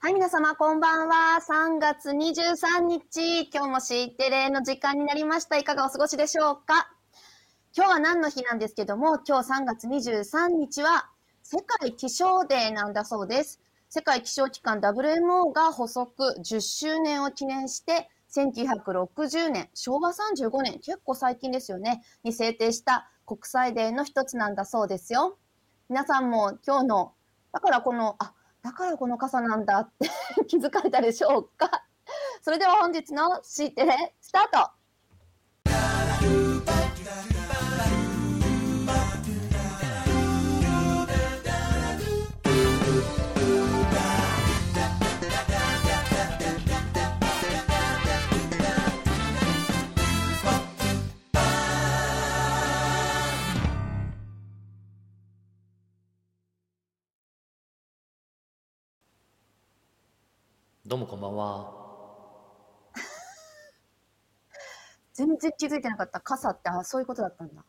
はい、皆様、こんばんは。3月23日、今日も C テレの時間になりました。いかがお過ごしでしょうか今日は何の日なんですけども、今日3月23日は世界気象デーなんだそうです。世界気象機関 WMO が発足10周年を記念して、1960年、昭和35年、結構最近ですよね、に制定した国際デーの一つなんだそうですよ。皆さんも今日の、だからこの、あ、だからこの傘なんだって 気づかれたでしょうか。それでは本日の C テレスタートどうもこんばんは。全然気づいてなかった傘ってあそういうことだったんだ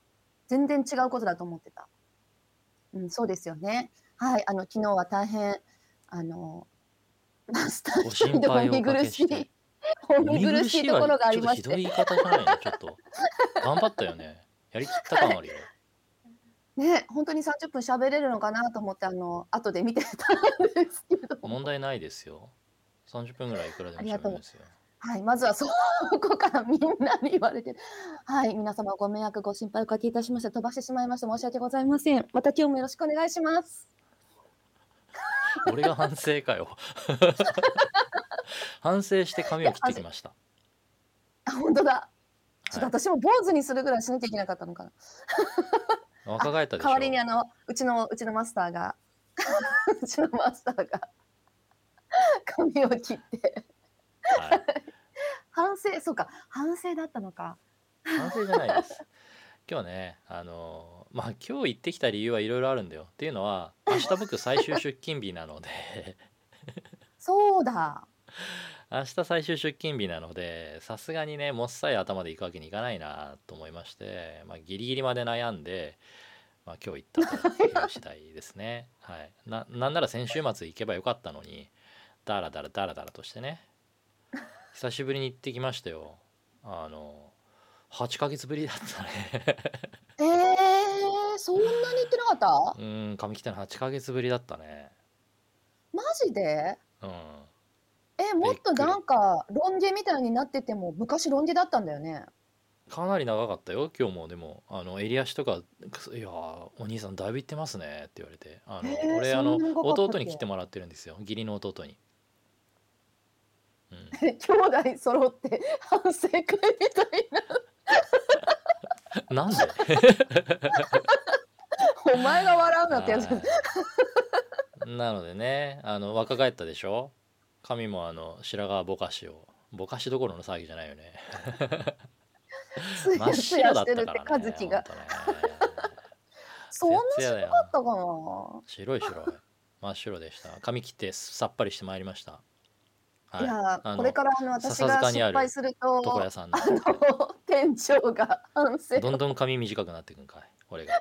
全然違うことだと思ってたうんそうですよねはいあの昨日は大変あのまあスタッフご一心人でお配を見おか苦けししてい。お見苦しいところがありましちょっとひてどい言い方じゃないの。ちょっと頑張ったよね。やりきった感あるよ。ね本当に30分喋れるのかなと思ってあの後で見てたんですけど問題ないですよ。三十分ぐらいいくらでも喋るんですよ。はい、まずはそこからみんなに言われてる。はい、皆様ご迷惑ご心配おかけいたしまして飛ばしてしまいまして申し訳ございません。また今日もよろしくお願いします。俺が反省か よ。反省して髪を切ってきました。あ、本当だ。ちょはっと私も坊主にするぐらいしなきゃいけなかったのかな。い、若返ったでし代ょわりにあのうちのうちのマスターが うちのマスターが髪を切ってはい反省そうか反省だったのか。反省じゃないです。今日ね、あのまあ今日行ってきた理由はいろいろあるんだよ。っていうのは明日僕最終出勤日なので。そうだ。明日最終出勤日なのでさすがにねもっさい頭で行くわけにいかないなと思いまして、まあ、ギリギリまで悩んで、まあ、今日行ったという次第ですね、 はい、ななんなら先週末行けばよかったのにダラダラダラダラとしてね久しぶりに行ってきましたよあの8ヶ月ぶりだったねえ ー、そんなに言ってなかったう？ーん髪切ったの8ヶ月ぶりだったねマジで？うんえもっとなんかロン毛みたいになってても昔ロン毛だったんだよね かなり長かったよ今日もでもあの襟足とかくそ「いやーお兄さんだいぶ行ってますね」って言われてあの、へー俺そんあなのに長かったっけ弟に切ってもらってるんですよ義理の弟に、うん、 兄弟揃って反省会みたい ななんでお前が笑うなってやつはいなのでねあの若返ったでしょ髪もあの白髪ぼかしをぼかしどころの騒ぎじゃない よねつ真やっつ白やだっしてたるかって和らね樹がほんとねそんな節しな約だよかったかな、、白い白い真っ白でした髪切ってさっぱりしてまいりました、はいやあのこれからあの私笹が塚にあ失る敗すると床屋さんのあの店長が反省どんどん髪短くなっていくんかい俺が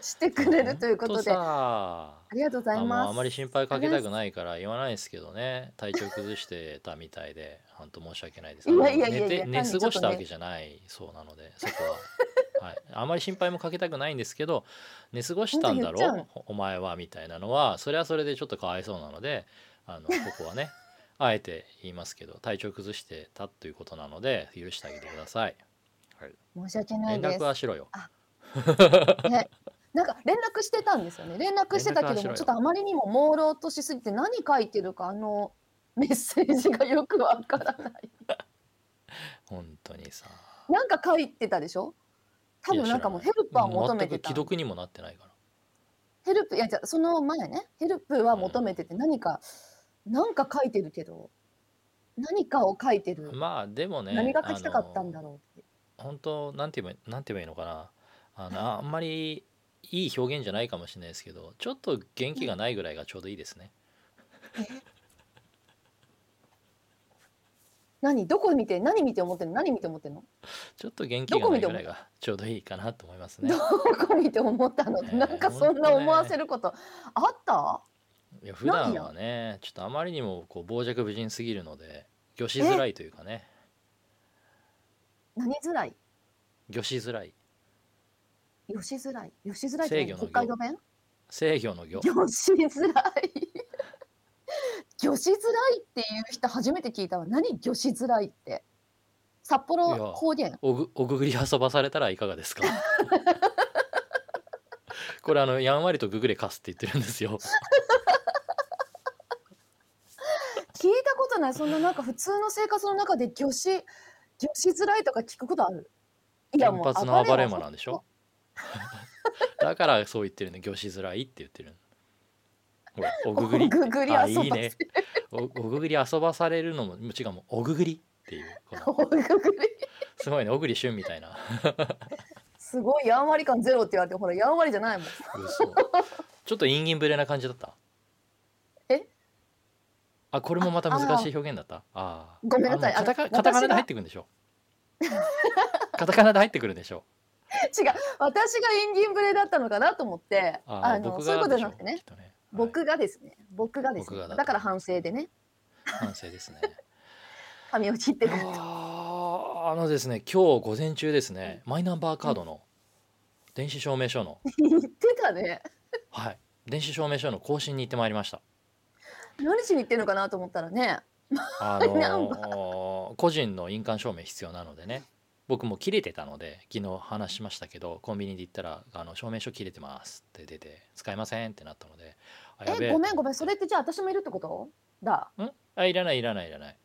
してくれるということでほんとあさりがとうございあますのあまり心配かけたくないから言わないですけど ね体調崩してたみたいで本当申し訳ないですいやいやいやいや寝て単に寝過ごしちょっとたねわけじゃないそうなのでそこ は、はい、あまり心配もかけたくないんですけど寝過ごしたんだほんと言っちゃうろお前はみたいなのはそれはそれでちょっとかわいそうなのであのここはね あえて言いますけど体調崩してたということなので許してあげてください申し訳ない連です絡はしろよね、なんか連絡してたんですよね連絡してたけ連ど絡はしろもよちょっとあまりにも朦朧としすぎて何書いてるかあのメッセージがよくわから ない本当にさなんか書いてたでしょ多分なんかもういヘやルプは求めて全くた既読にもなってないからヘルプいやじゃあその前ねヘルプは求めてて何か、なんか書いてるけど何かを書いてる、まあでもね何が書きたかったんだろろうってう本当なんて言えばなんて言えばいいのかなあ のああんまりいい表現じゃないかもしれないですけどちょっと元気がないぐらいがちょうどいいですね、何どこ見て何見て思ってんの何見て思ってんのちょっと元気がないぐらいがちょうどいいかなと思いますねどこ見て思ったのって、ねなんかそんな思わせることあった、いや普段はねちょっとあまりにもこう傍若無人すぎるので魚しづらいというかね何づらい魚しづらいよしづらいよしづらいって何制御の北海道弁制御の魚よしづらい魚しづらいっていう人初めて聞いたわ何魚しづらいって札いや幌方言おぐおぐぐり遊ばされたらいかがですか これあのやんわりとググレカスって言ってるんですよ聞いたことないそんななんか普通の生活の中で魚し魚しづらいとか聞くことあるいや金もう髪の暴れ馬ななんでしょ だからそう言ってるね魚しづらいって言ってるほらおぐぐりっておぐぐり遊ばあせいいねおおぐぐり遊ばされるのも違うもうおぐぐりっていうこの すごいね小栗旬みたいなすごいやんわり感ゼロって言われてほらやんわりじゃないもん嘘ちょっと陰銀ぶれな感じだったえあこれもまた難しい表現だったあーごめんなさいあもうカタあのカカタ私カナでが入ってくるんでしょカタカナで入ってくるんでしょ違う私が縁銀ぶれだったのかなと思ってああーの僕そういうこがとじでしゃょなくてねきっとねはい僕がですね僕がです僕ねがだだとから反省でね反省ですね髪を切っているやーあのですね今日午前中ですねマイナンバーカードの電子証明書の、言ってたねはい電子証明書の更新に行ってまいりました何しに行ってんのかなと思ったらねあ マイナンバのー個人の印鑑証明必要なのでね僕も切れてたので昨日話しましたけどコンビニで行ったら「あの証明書切れてます」って出て「使えません」ってなったので「あやべええごめんごめんそれってじゃあ私もいるってことだんあいらないいらないいらない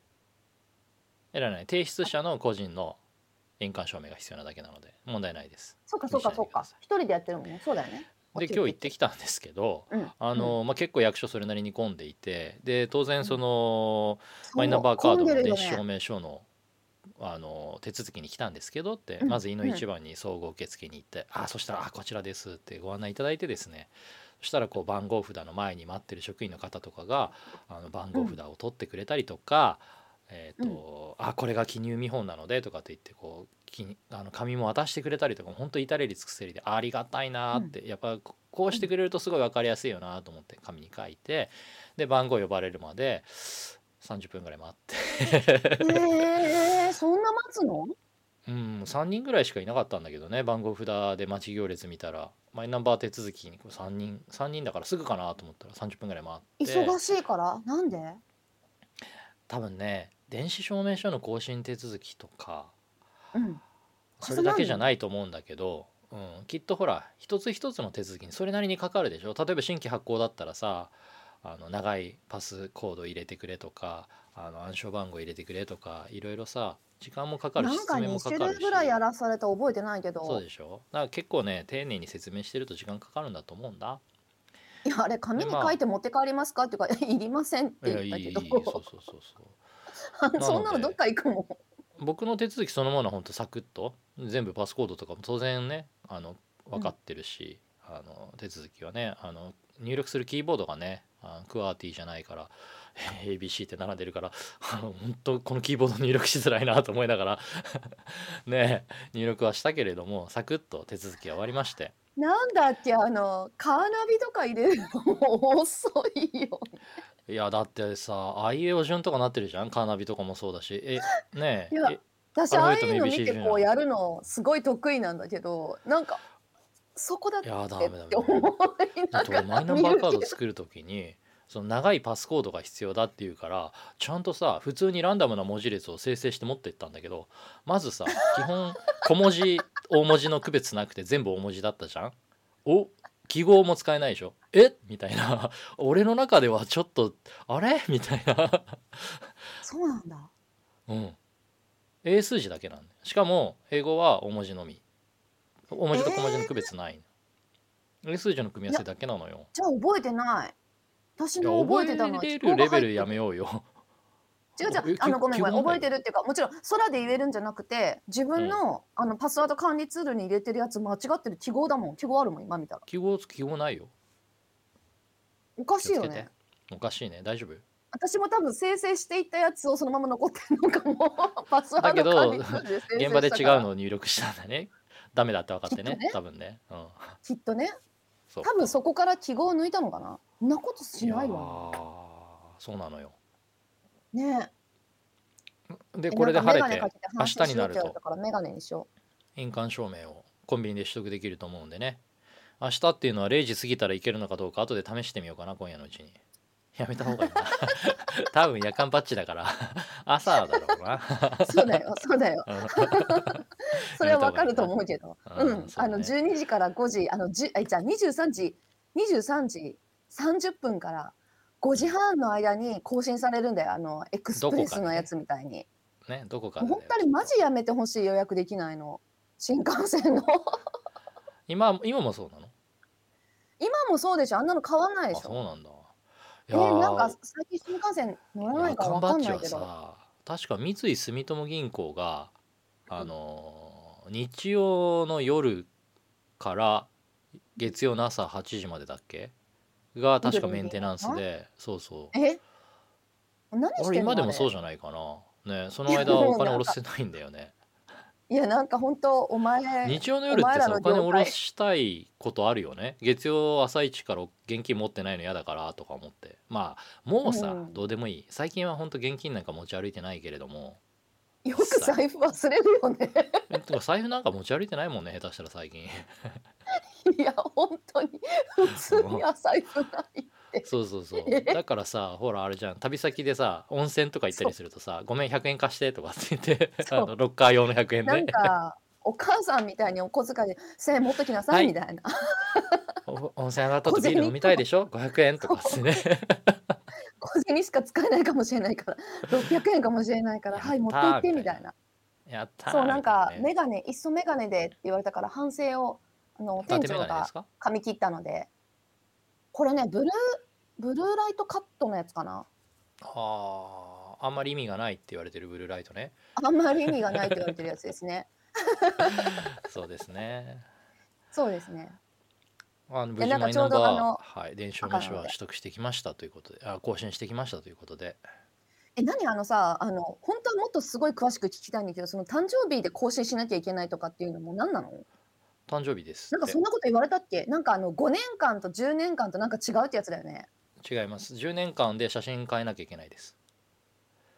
いらない提出者の個人の印鑑証明が必要なだけなので問題ないですそうかそうかそう見かせ一人でやってるもんねそうだよねでオッケー今日行ってきたんですけどうんあの、まあ、結構役所それなりに混んでいてで当然その、そうマイナンバーカー混ドんでのるよ電ね子証明書のあの手続きに来たんですけどって、うんまず井のうん一番に総合受付に行って、あそしたらあこちらですってご案内いただいてですねそしたらこう番号札の前に待ってる職員の方とかがあの番号札を取ってくれたりとか、えーとあこれが記入見本なのでとかって言ってこう記入あの紙も渡してくれたりとか本当至れり尽くせりでありがたいなって、やっぱここうしてくれるとすごい分かりやすいよなと思って紙に書いてで番号呼ばれるまで30分ぐらい待ってえー、そんな待つのうん、3人ぐらいしかいなかったんだけどね番号札で待ち行列見たらマイナンバー手続きにこう3人3人だからすぐかなと思ったら30分ぐらい待って忙しいからなんで多分ね電子証明書の更新手続きとかうんそれだけじゃないと思うんだけど、うん、きっとほら一つ一つの手続きにそれなりにかかるでしょ例えば新規発行だったらさあの長いパスコード入れてくれとかあの暗証番号入れてくれとかいろいろさ時間もかかるしなんか説明2もか種かる類しぐらいやらされた覚えてないけどそうでしょだから結構ね丁寧に説明してると時間かかるんだと思うんだいやあれ紙にでまあ書いて持って帰りますかっていうか「いりません」っいてや言いっいたいいいけいどそうそうそうそうなの でそんなのどっか行くもん僕の手続きそのものはほんとサクッと全部パスコードとかも当然ねあの分かってるし、あの手続きはねあの入力するキーボードがねあクワーティじゃないから ABC って並んでるから あの本当このキーボード入力しづらいなと思いながら ね入力はしたけれどもサクッと手続きは終わりましてなんだっけあのカーナビとか入れるのも遅いよいやだってさあいうえお順とかなってるじゃんカーナビとかもそうだしえねえいやえ 私あアあルフいァうベットのの ABC 見てこうやるのすごい得意なんだけどなんかそこだっいてやダメダっメダてメ思いだなって俺がマらイナ見ンバるーカけどー ド作る時にその長いパスコードが必要だっていうからちゃんとさ普通にランダムな文字列を生成して持ってったんだけどまずさ基本小文字大文字の区別なくて全部大文字だったじゃんお記号も使えないでしょえみたいな俺の中ではちょっとあれみたいなそうなんだうん。英数字だけなんで。しかも、英語は大文字のみ。大文字と小文字の区別ない。英数字の組み合わせだけなのよ。じゃあ覚えてない私いや、も覚覚えてたのはえれ記号るレが入ベってルやめようよ。 違うえ違うきあのごめんごめん基本だ覚よえてるっていうかもちろん空で言えるんじゃなくて自分の,、あのパスワード管理ツールに入れてるやつ間違ってる記号だもん記号あるもん今見たら記号つ記号ないよ。おかし気いよをつけてね。おかしいね。大丈夫。私も多分生成していったやつをそのまま残ってるのか もパスワード管理ツールで生成現場でした違からうのを入力したんだね。ダメだって分かってきっねとね。多分ね。うん。きっとねそう多分そこから記号を抜いたのかなそんなことしないわやーそうなのよねえでこれで晴れて明日になる明日になるととからメガネにしよ印鑑証明をコンビニで取得できると思うんでね明日っていうのは0時過ぎたらいけるのかどうか後で試してみようかな今夜のうちにやめた方がいいな 多分夜間パッチだから朝だろうなうそうだよそうだよそれはわかると思うけどやめたう方がいいん、なうんそうあねの12時から5時あの10あじゃあ23時23時30分から5時半の間に更新されるんだよあのエクスプレスのやつみたいに、 ねどこかもでう本当にマジやめてほしい予約できないの新幹線 の今今もそうなの今もそうでしょあんなの買わないであしそょうなんだいえーなんか最近新幹線乗らないからわかんないけいどや缶バッジはさ確か三井住友銀行があのー日曜の夜から月曜の朝8時までだっけが確かメンテナンスでそうそうえ何してんのあれ今でもそうじじゃないかなねその間お金下ろせないんだよねゃいやなんか本当お前日曜の夜っお前てらさのお業界金下ろしたいことあるよね月曜朝一から現金持ってないの嫌だからとか思ってまあもうさ、うんどうでもいい最近は本当現金なんか持ち歩いてないけれどもよく財布忘れるよ ねえてか財布なんか持ち歩いてないもんね下手したら最近 いや本当に普通には財布 ないそうそうそうだからさほらあれじゃん旅先でさ温泉とか行ったりするとさ「ごめん100円貸して」とかって言ってあ そうのロッカー用の100円なんでかお母さんみたいにお小遣いで1000円持っときなさいみたいな、 「 お温泉上がったとビール飲みたいでしょ500円」とかっつってね小銭しか使えないかもしれないから600円かもしれないからやったーはい持って行ってみたいな やったーそうなんかみたい眼鏡いっそ眼鏡でって言われたから反省をあのな店ね長伊達眼鏡でがすか髪切ったのでこれねブルーブルーライトカットのやつかなあーあんまり意味がないって言われてるブルーライトねあんまり意味がないと言われてるやつです ねそうですね そうですねあの無やな事んマかイちょナうンどあのバー、はい、電子証明赤書なのはで取得してきましたということであ更新してきましたということでえ何あのさあの本当はもっとすごい詳しく聞きたいんだけどその誕生日で更新しなきゃいけないとかっていうのも何なの誕生日ですなんかってそんなこと言われたっけなんかあの5年間と10年間となんか違うってやつだよね違います10年間で写真変えなきゃいけないです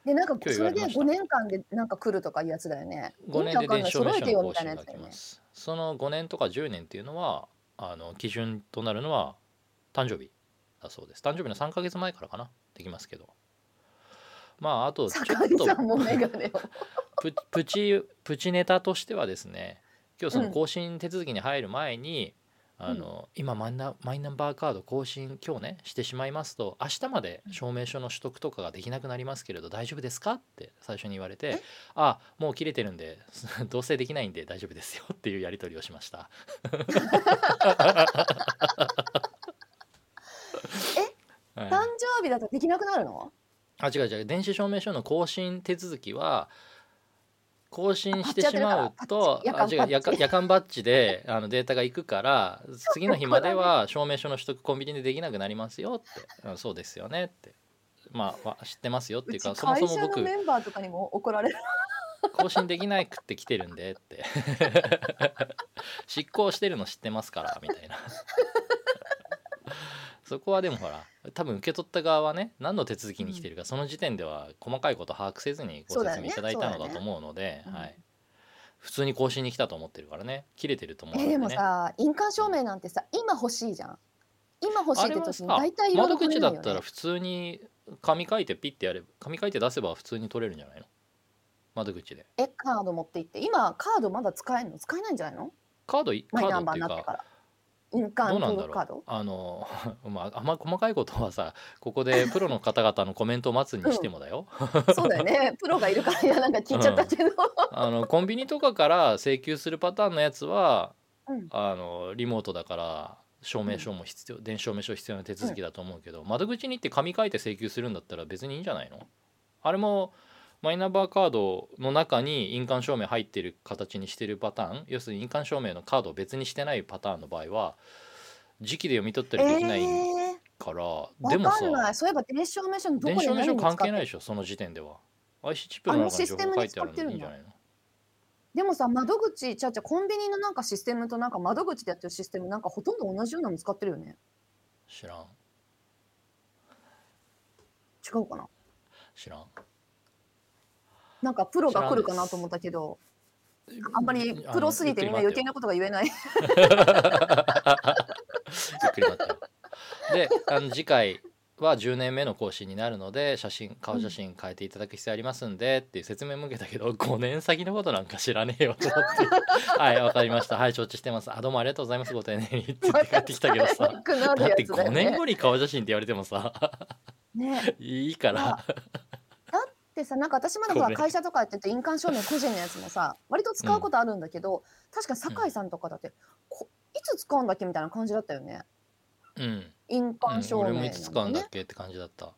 でなんか今日そ言われれでました5年間でなんか来るとかいうやつだよね5年で電子証意味明わかんない揃え書てよのみ更たいなや新がつだ来よねます、その5年とか10年っていうのはあの基準となるのは誕生日だそうです誕生日の3ヶ月前からかなできますけどまああとちょっ坂井とさんもメガネ をププチプチネタとしてはですね今日そうんの更新手続きに入る前に、あの今マイナマイナンバーカード更新今日ねしてしまいますと明日まで証明書の取得とかができなくなりますけれど大丈夫ですかって最初に言われてあもう切れてるんで どうせできないんで大丈夫ですよっていうやり取りをしま したえ、はい誕生日だとできなくなるのあ違う違う電子証明書の更新手続きは更新してあしまうとパッあチ違夜間う夜間夜間バッジであのデータが行くから 次の日までは証明書の取得コンビニでできなくなりますよってうんそうですよねってまあわ知ってますよってういうちかそもそ会社もの僕メンバーとかにも怒られる更新できなくて来てるんでって 執行してるの知ってますからみたいなそこはでもほら多分受け取った側はね何の手続きに来てるか、その時点では細かいこと把握せずにそうごだよ説ね明いただいそたのうだよだねと思うのでうんはい、普通に更新に来たと思ってるからね切れてると思うえのでで、もね、さ印鑑証明なんてさ今欲しいじゃん今欲しいあってれは時さに大体いろいろ窓取口れだないよ、っね、たら普通に紙書いてピッてやれば紙書いて出せば普通に取れるんじゃないの窓口でえカード持って行って今カードまだ使えるの使えないんじゃないのカードいカマイナーンドバーにっていうなってかから印どう鑑なん登だ録ろカードうあの、 まあ、あんま細かいことはさここでプロの方々のコメントを待つにしてもだよ、そうだよ ね。プロがいるから、いや、なんか聞いちゃったけど。あのコンビニとかから請求するパターンのやつはうんあのリモートだから証明書も必要、電子証明書必要な手続きだと思うけど、窓口に行って紙書いて請求するんだったら別にいいんじゃないのあれもマイナンバーカードの中に印鑑証明入ってる形にしてるパターン要するに印鑑証明のカードを別にしてないパターンの場合は時期で読み取ったりできないえから、ー、でわもかさんない。そういえば、電子証明書のど電こ子で証明何書に使関って係ないるでしょその時点では IC チップの中に情報書いてあるのでいいんじゃないのでもさ窓口ちゃうちゃうコンビニのなんかシステムとなんか窓口でやってるシステムなんかほとんど同じようなの使ってるよね知らん違うかな知らんなんかプロが来るかなと思ったけどあんまりプロすぎてみんな余計なことが言えないゆっくり待ってよであの次回は10年目の更新になるので写真顔写真変えていただく必要ありますんでっていう説明も受けたけど5年先のことなんか知らねえよと思って はいわかりましたはい承知してますあどうもありがとうございますご丁寧にって言って帰ってきたけどさな くなるだっやてつだ5よ年ね後に顔写真って言われてもさ ねいいからでさなんか私まだほごらめん会社とかやってて印鑑証明個人のやつもさ割と使うことあるんだけど、確か酒井さんとかだって、こいつ使うんだっけみたいな感じだったよねうん、印うん鑑証明俺なもいつ使うんだねっけって感じだった、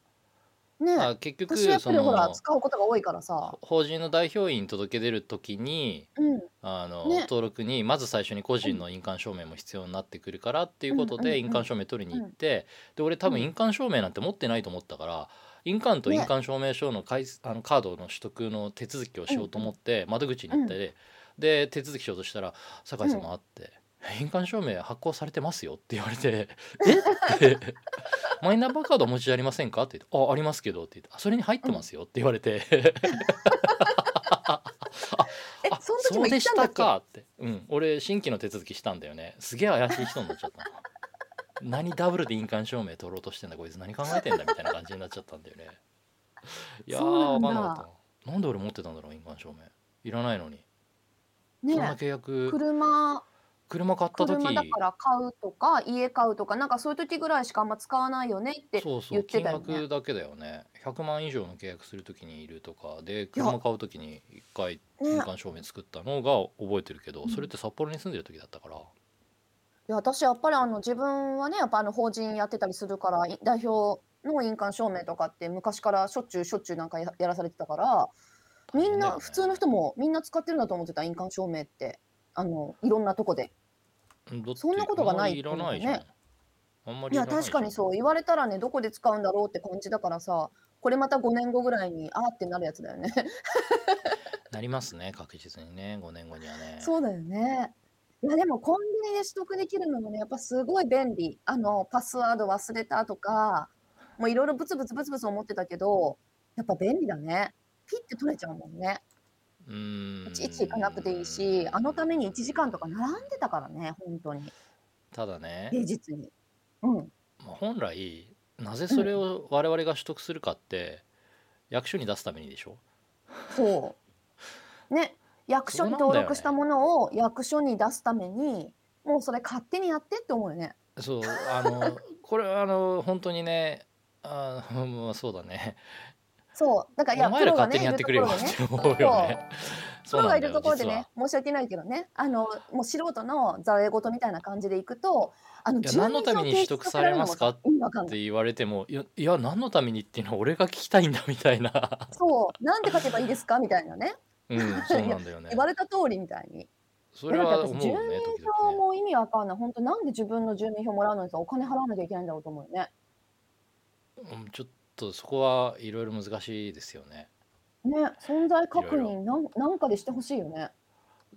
ねあ結局私はやっぱそりほらの使うことが多いからさ法人の代表員届け出る時にうんあの、ね登録にまず最初に個人の印鑑証明も必要になってくるからっていうことうんうんうでん印鑑証明取りに行って、で俺多分印鑑証明なんて持ってないと思ったから印鑑とね印鑑証明書のかいあのカードの取得の手続きをしようと思って窓口に行って、で手続きしようとしたら「酒井様」って「印鑑証明発行されてますよ」って言われて 「えっ?」て 「マイナンバーカードお持ちありませんか?」って言って「あありますけど」って言ってあ「それに入ってますよ」って言われて。えあその時も言ったんだっけそうでしたかって、うん、俺新規の手続きしたんだよねすげえ怪しい人になっちゃった な何ダブルで印鑑証明取ろうとしてんだこいつ何考えてんだみたいな感じになっちゃったんだ よねいやーそうなんだわかんなかったなんで俺持ってたんだろう印鑑証明いらないのに、そんなね契約車車買った時車だから買うとか家買うとかなんかそういう時ぐらいしかあんま使わないよねってそうそ言っうて金たよね額だけだよね100万以上の契約する時にいるとかでや車買う時に一回印ね鑑証明作ったのが覚えてるけどうんそれって札幌に住んでる時だったからいや私やっぱりあの自分はねやっぱあの法人やってたりするからい代表の印鑑証明とかって昔からしょっちゅうしょっちゅうなんかややらされてたからみん大変だよなね普通の人もみんな使ってるんだと思ってた印鑑証明ってあのいろんなとこでだってそんなことがないっていあうんまりいらなのいねじゃん。あんまいりいらやないじゃ確んかにそう言われたらねどこで使うんだろうって感じだからさこれまた5年後ぐらいにあーってなるやつだよねなりますね確実にね5年後にはねそうだよねいやでもコンビニで取得できるのもねやっぱすごい便利あのパスワード忘れたとかもういろいろブツブツブツブツ思ってたけどやっぱ便利だねピッて取れちゃうもんねうーんいちいち行かなくていいしあのために1時間とか並んでたからね本当にただね、平日にうんまあ、本来なぜそれを我々が取得するかって、役所に出すためにでしょそう。ね、役所にそうなん登だよね録したものを役所に出すために、もうそれ勝手にやってって思うよね。そうあの これはあの本当にねあーまあそうだねそう、だからいやお前プらロが勝ね手にいやるってとくこれよろっでね、て思うよねプそうロながんいだるよところで実ねは、申し訳ないけどね、あのもう素人のざれ事みたいな感じでいくと、あのいや何のために取得されますか住民票提出されるのも意味わかんっない。て言われてもいやいや何のためにっていうのは俺が聞きたいんだみたいなそう、なんて書けばいいですかみたいなね、うんそうなんだよね言われた通りみたいに。それは思う住よね民時々票ねも意味わかんない。本当なんで自分の住民票もらうのにさ、お金払わなきゃいけないんだろうと思うよね。うんちょっとそこはいろいろ難しいですよねね、存在確いろい認なんなんかでしてほしいよ ね。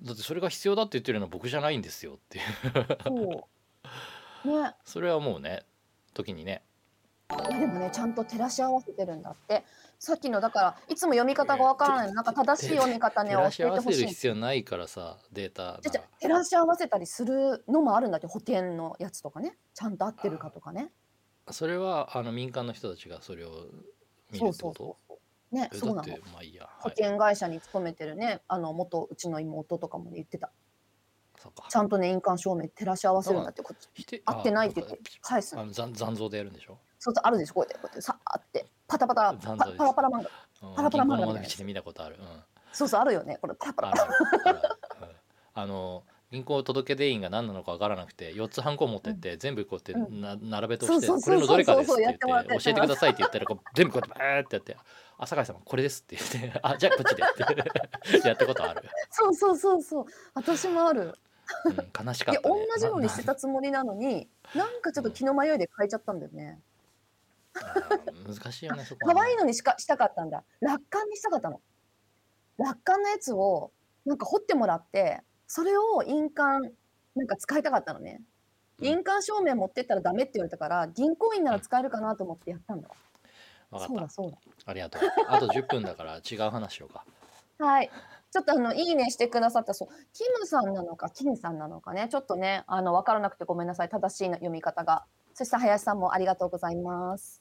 だってそれが必要だって言ってるのは僕じゃないんですよっていう そう。ね、いやそれはもうね時にねでもね、ちゃんと照らし合わせてるんだって。さっきのだから、いつも読み方がわからない、なんか正しい読み方ね、照教らえして合わほせしるい。必要ないからさデータじゃなじゃ照らし合わせたりするのもあるんだって、補填のやつとかね、ちゃんと合ってるかとかね。らそれはあの民間の人たちがそれを見そうるってそこうとそう。ね、えそうだなっのて。まあいいやは保い険会社に勤めてるね、あの元うちの妹とかも言ってた。そうかちゃんとね、印鑑証明照らし合わせるんだって、こっち否定合ってないってあ言って返すあの。の残残像でやるんでしょそうそうあるでしょ、こうやって、こうやって、さあって、パタパタ、残パ像ですパラパラ漫画。うんパラパラ銀行漫画みたの窓いなやつ口で見たことあるうんそうそうあるよねこれパラパラあるあるあるうんあの銀行届出員が何なのか分からなくて4つハンコ持ってって全部こうやってな並べとしてそうそうそうそうこれのどれかですって言ってそうそうそうやってもらって教えてくださいって言ったらこう全部こうやってバーってやって「あ酒井様これです」って言って「あ じゃあこっちで」って やったことある、そうそうそうそう私もあるうん、悲しかいっやた、ね、同じようにしてなたつもりなのになんかちょっと気の迷いで変えちゃったんだよねな難しいよねそこ可愛いののにしかしたかったんだ楽観にしたかったの楽観のやつをなんか掘ってもらってそれを印鑑なんか使いたかったのねうん印鑑証明持ってったらダメって言われたから銀行員なら使えるかなと思ってやったんだわかっそうだそうたありがとうあと10分だから違う話しようかだはいちょっとあのいいねしてくださったそうキムさんなのかキムさんなのかねちょっとねあの分からなくてごめんなさい正しい読み方がそして林さんもありがとうございます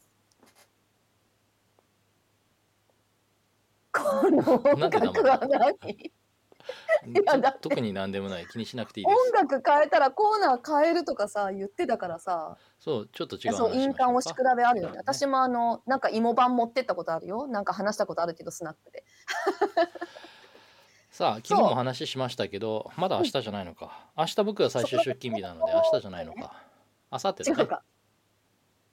この音なんで楽は何 やだって特に何でもない気にしなくていいで音す楽変えたらコーナー変えるとかさ言ってたからさそうちょっと違いうやそう話し印ましょ鑑う押し比かべあるよそうねだね私もあのなんか芋版持ってったことあるよなんか話したことあるけどスナックでさあ昨日も話しましたけどまだ明日じゃないのか明日僕が最終出勤日なので明日じゃないのか明後日違だうねか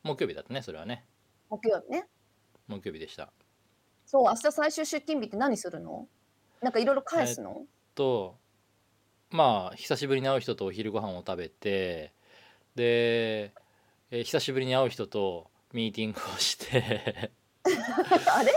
木曜日だったねそれはね木曜日ね木曜日でしたそう明日最終出勤日って何するのなんかいろいろ返すの、とまあ久しぶりに会う人とお昼ご飯を食べてで、えー久しぶりに会う人とミーティングをして あれ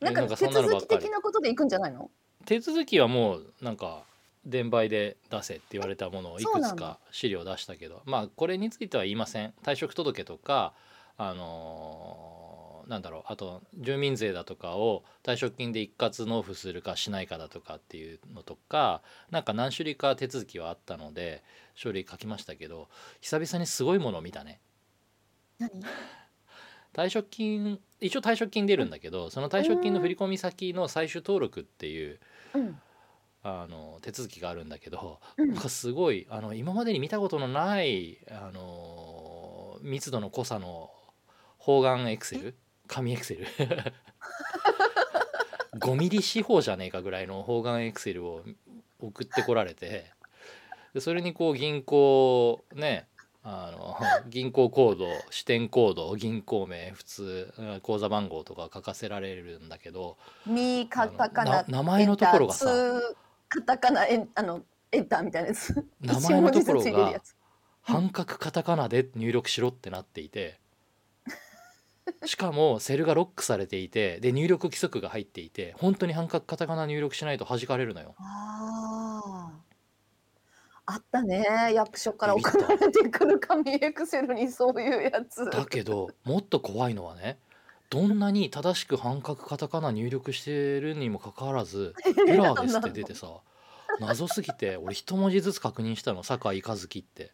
なんなんかか手そんなのば続っきかり的なことで行くんじゃないの手続きはもうなんか伝売で出せって言われたものをいそうくなつんかだ資料を出したけどまあこれについては言いません退職届とかあのーなんだろうあと住民税だとかを退職金で一括納付するかしないかだとかっていうのとかなんか何種類か手続きはあったので書類書きましたけど久々にすごいものを見たね何退職金一応退職金出るんだけどその退職金の振込先の最終登録っていううんあの手続きがあるんだけど、うんなんかすごいあの今までに見たことのないあの密度の濃さの方眼エクセル紙エクセル5ミリ四方じゃねえかぐらいの方眼エクセルを送ってこられてでそれにこう銀行ねあの銀行コード支店コード銀行名普通うん口座番号とか書かせられるんだけどみカタカあナのな名前のところがさエンターつーカタカナエンあのエンターみたいなやつ 名前のところ一文字ずつ入れるがやつ半角カタカナで入力しろってなっていてしかもセルがロックされていてで入力規則が入っていて本当に半角カタカナ入力しないと弾かれるのよあああったね役所から送られてくる紙エクセルにそういうやつだけどもっと怖いのはねどんなに正しく半角カタカナ入力してるにもかかわらず「エラーです」って出てさ謎すぎて俺一文字ずつ確認したの酒井和樹って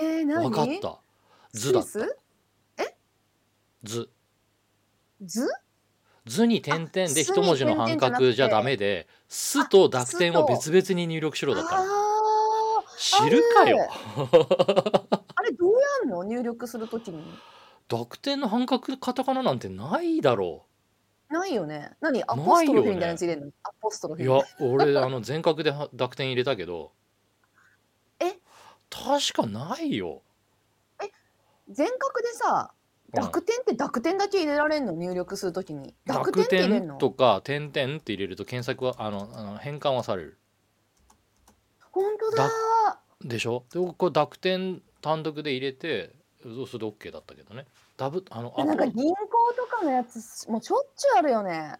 えー、何分かった「図」だスイス「図」図図に点々あで一文字の半角じゃダメで「す」と濁点を別々に入力しろだったあの知るかよーあれどうやんの入力するときに濁点の半角カタカナなんてないだろないよね何アねポストロフィーみたいなやつ入れるの、アポストロフィういーや 俺あの全角では濁点入れたけどえ確かないよ、全角でさうん濁点って濁点だけ入れられんの入力するときに濁点っ濁て入れん点のとか点々って入れると検索はあのあの変換はされる本当だでしょでこれ濁点単独で入れてそうすると OK だったけどねダブあのいやなんかあ銀行とかのやつもうしょっちゅうあるよね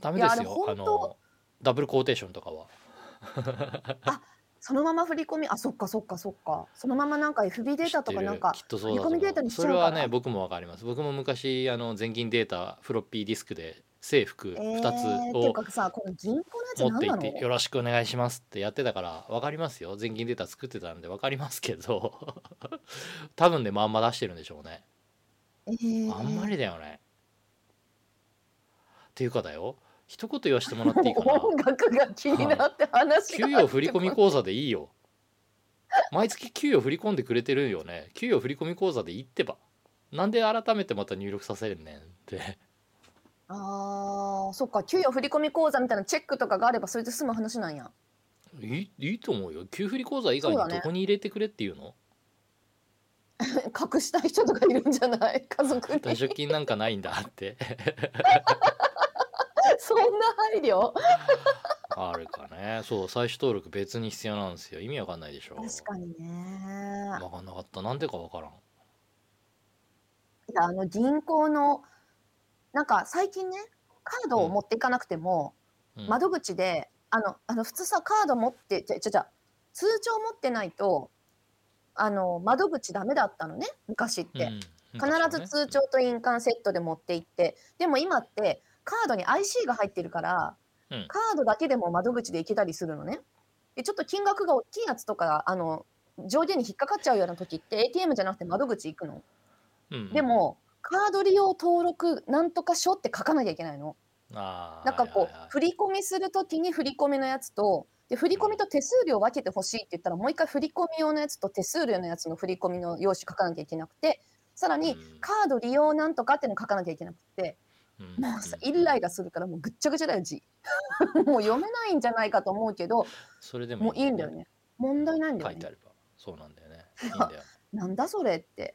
ダメでいやすあれよあ本当のダブルコーテーションとかはそのまま振り込みあそっかそっかそっかそのままなんか FB データとかなんか知ってるきっとそうだと振り思込みデータうにしちゃそうかれらはね僕もわかります僕も昔あの全銀データフロッピーディスクで制服えー2つていをうかさこの銀行のや持っつて何いなって「のよろしくお願いします」ってやってたからわかりますよ全銀データ作ってたんでわかりますけど 多分ねまんま出してるんでしょうねえーあんまりだよねっていうかだよ一言言わせてもらっていい かな音楽が気になって話給が与振込口座でいいよ毎月給与振り込んでくれてるよね給与振込口座でいいってばなんで改めてまた入力させるねんってあーそっか給与振込口座みたいなチェックとかがあればそれで済む話なんやいいいいと思うよ給付り口座以外にそうだねどこに入れてくれっていうの隠したい人とかいるんじゃない 家族に退職金なんかないんだってそんな配慮あるかねそう最終登録別に必要なんですよ意味わかんないでしょ確かにねわかんなかったなんでかわからんいやあの銀行のなんか最近ねカードを持っていかなくても、うん、窓口であの、あの普通さ、カード持って、じゃ、じゃ、じゃ、通帳持ってないと。あの、窓口ダメだったのね、昔っうて。ん必ず通帳と印鑑セットで持って行ってでも今ってカードに IC が入ってるから、うんカードだけでも窓口で行けたりするのねでちょっと金額が大きいやつとかあの上限に引っかかっちゃうような時って ATM じゃなくて窓口行くの、うんでもカード利用登録なんとか書って書かなきゃいけないのあーなんかこはいうはい振り込みする時に振り込みのやつとで振り込みと手数料分けてほしいって言ったらもう一回振り込み用のやつと手数料のやつの振り込みの用紙書かなきゃいけなくてさらにはいうんカード利用なんとかっていうの書かなきゃいけなくてうんもうさんイライラするからもうぐっちゃぐちゃだよ字 もう読めないんじゃないかと思うけどそれでももういいんだよね問題ないんだ書よいてあねればそうなんだよねいいん だよなんだそれって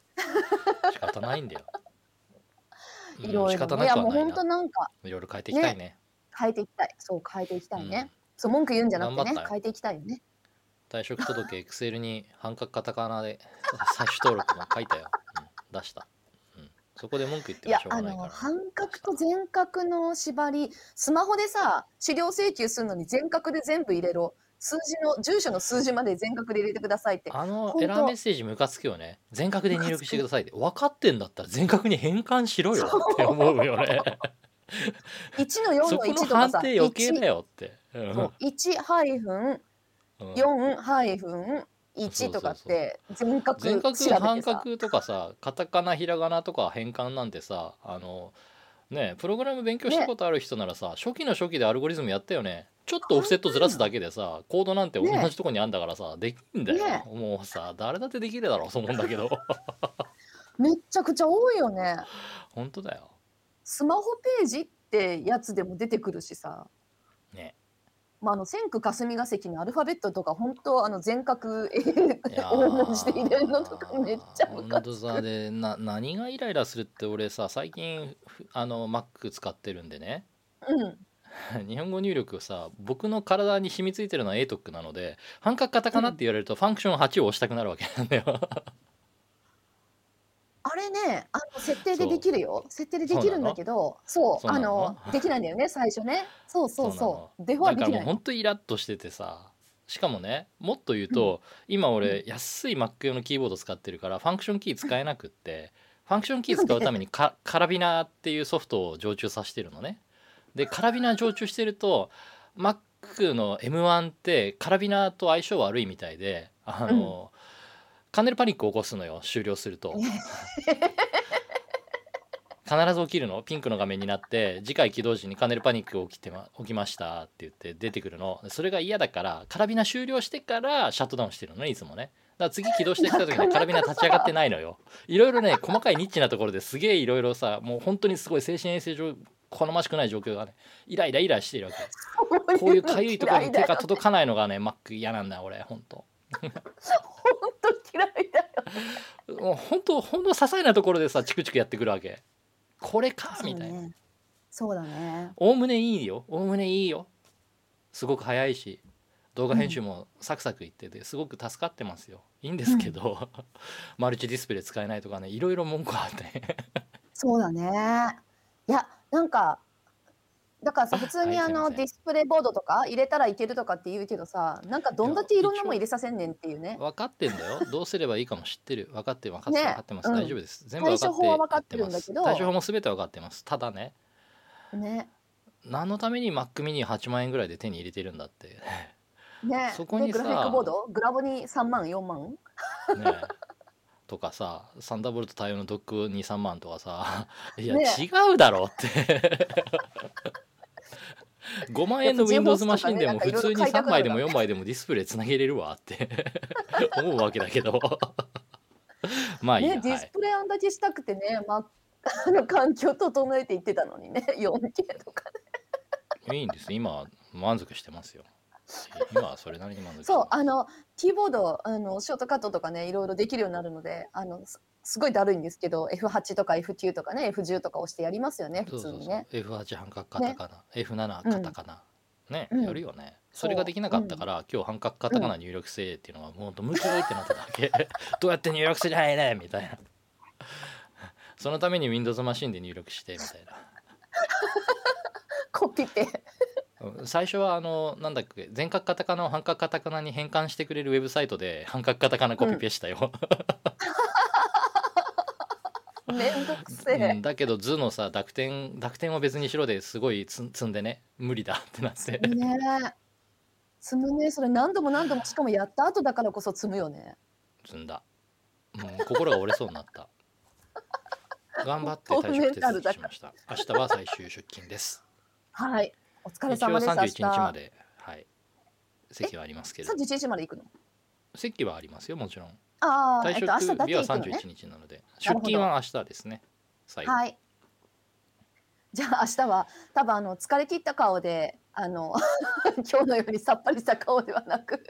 仕方ないんだようんいろい仕ろ方ねいなやくもうはない本当ななんかいろいろ変えていきたいね変えていきたいそう変えていきたいうんねそう文句言うんじゃなくて頑張ねったよ変えていきたいよね退職届 Excel に半角カタカナで最終登録も書いたよ、うん、出した、うん、そこで文句言っていもやしょうあがないのから半角と全角の縛りスマホでさ資料請求するのに全角で全部入れろ数字の住所の数字まで全角で入れてくださいってあの本当エラーメッセージムカつくよね全角で入力してくださいって分かってんだったら全角に変換しろよって思うよね1の4 そのこ1のとか判さ定余計だ1よって、うんそう1ハイフンうん4ハイフン1とかって全角調べ全角てさ半角とかさカタカナひらがなとか変換なんてさあのねプログラム勉強したことある人ならさ、初期の初期でアルゴリズムやったよねちょっとオフセットずらすだけでさコードなんて同ねじとこにあんだからさ、できんだよ、ねもうさ誰だってできるだろうと思うんだ けどめっちゃくちゃ多いよね本当だよスマホページってやつでも出てくるしさねまあ、あの千区霞が関のアルファベットとか本当あの全角いやー大文字で入れるのとかめっちゃムカ本つ当くさでな何がイライラするって俺さ最近ふあの Mac 使ってるんでねうん 日本語入力をさ僕の体に染みついてるのは ATOC なので半角カタカナって言われるとファンクション8を押したくなるわけ なんだよあれねあの設定でできるよ設定でできるんだけどそうそうなあののできないんだよね最初ねそうそうそそううデフォはでだからきもなういほんとイラッとしててさしかもねもっと言うと、今俺安い Mac 用のキーボード使ってるからファンクションキー使えなくってファンクションキー使うためにカカラビナーっていうソフトを常駐させてるのねでカラビナー常駐してると Mac の M1 ってカラビナーと相性悪いみたいであの、カンネルパニックを起こすのよ終了すると必ず起きるのピンクの画面になって次回起動時にカネルパニックが起きて、ま、起きましたって言って出てくるのそれが嫌だからカラビナ終了してからシャットダウンしてるのねいつもねだから次起動してきた時にはカラビナ立ち上がってないのよいろいろね細かいニッチなところですげえいろいろさもう本当にすごい精神衛生上好ましくない状況がねイライライラしてるわけこういうかゆいところに手が届かないのがねマック嫌なんだ俺本当本当嫌いだよもう本当ほんの些細なところでさチクチクやってくるわけこれか みたいなそうだねおおむねいいよおおむねいいよすごく早いし動画編集もサクサクいっててすごく助かってますよいいんですけど、マルチディスプレイ使えないとかねいろいろ文句 あってそうだねいやなんかだからさ普通にはいあすいまのせんディスプレイボードとか入れたらいけるとかって言うけどさなんかどんだけいろんなもん入れさせんねんっていうね分かってんだよどうすればいいかも知ってる分かってる分かってるね分かってます、うん大丈夫です全部分かって対処法は分かってるんだけどやってます対処法も全て分かってますただねね何のために Mac mini8 万円ぐらいで手に入れてるんだってねねそこにねグラフィさックボードグラボに3万4万えとかさサンダーボルト対応のドック23万とかさいや、ねえ違うだろうって 5万円のやっぱ Windows マシンでなんもか普いろいろ通に買いた3くな枚るでも4枚でもディスプレイつなげれるわって 思うわけだけどまあいいや、ねデはィスい、プレイあんだけしたくてねま ああの環境整えていってたのにね 4K とかいいんです今は満足してますよ今はそれなりに満足してそうますあのキーボードあのショートカットとかねいろいろできるようになるのであのすすごいだるいんですけど F8 とか F9 とかね F10 とか押してやりますよね普そう通そうにそうね。 F8 半角カタカナ、F7 カタカナ、ねうんやるよねそれができなかったから、今日半角カタカナ入力せえっていうのはもうほんとムキムキってなっただけ どうやって入力すりゃいいねみたいなそのために Windows マシンで入力してみたいな コピペうん最初はあのなんだっけ全角カタカナを半角カタカナに変換してくれるウェブサイトで半角カタカナコピペしたよ、めんどくせうえん、。だけど図のさ濁点濁点を別にしろですごいつ積んでね無理だってなってねえ。積むね、それ何度も何度も、しかもやった後だからこそ積むよね。積んだもう心が折れそうになった 頑張って退職手続きしました明日は最終出勤ですはい。 お疲れ一応様です。 31日明日ま。ではい席はありますけど三十一日まで行くの。席はありますよもちろんああ、退えっと、明日職だけ日は行くのね31。日なので、な出るほど勤は明日ですね最後はい。じゃあ明日は多分あの疲れ切った顔であの 今日のようにさっぱりした顔ではなく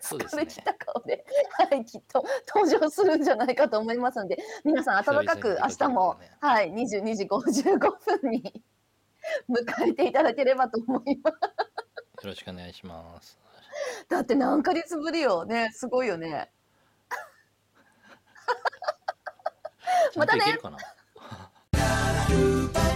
そうです疲ね れ切った顔ではいきっと登場するんじゃないかと思いますので皆さん暖かく明日も、はい22時55分に迎えていただければと思います。よろしくお願いし ますだって何ヶ月ぶりよねすごいよね。ちゃんといけるかな、 「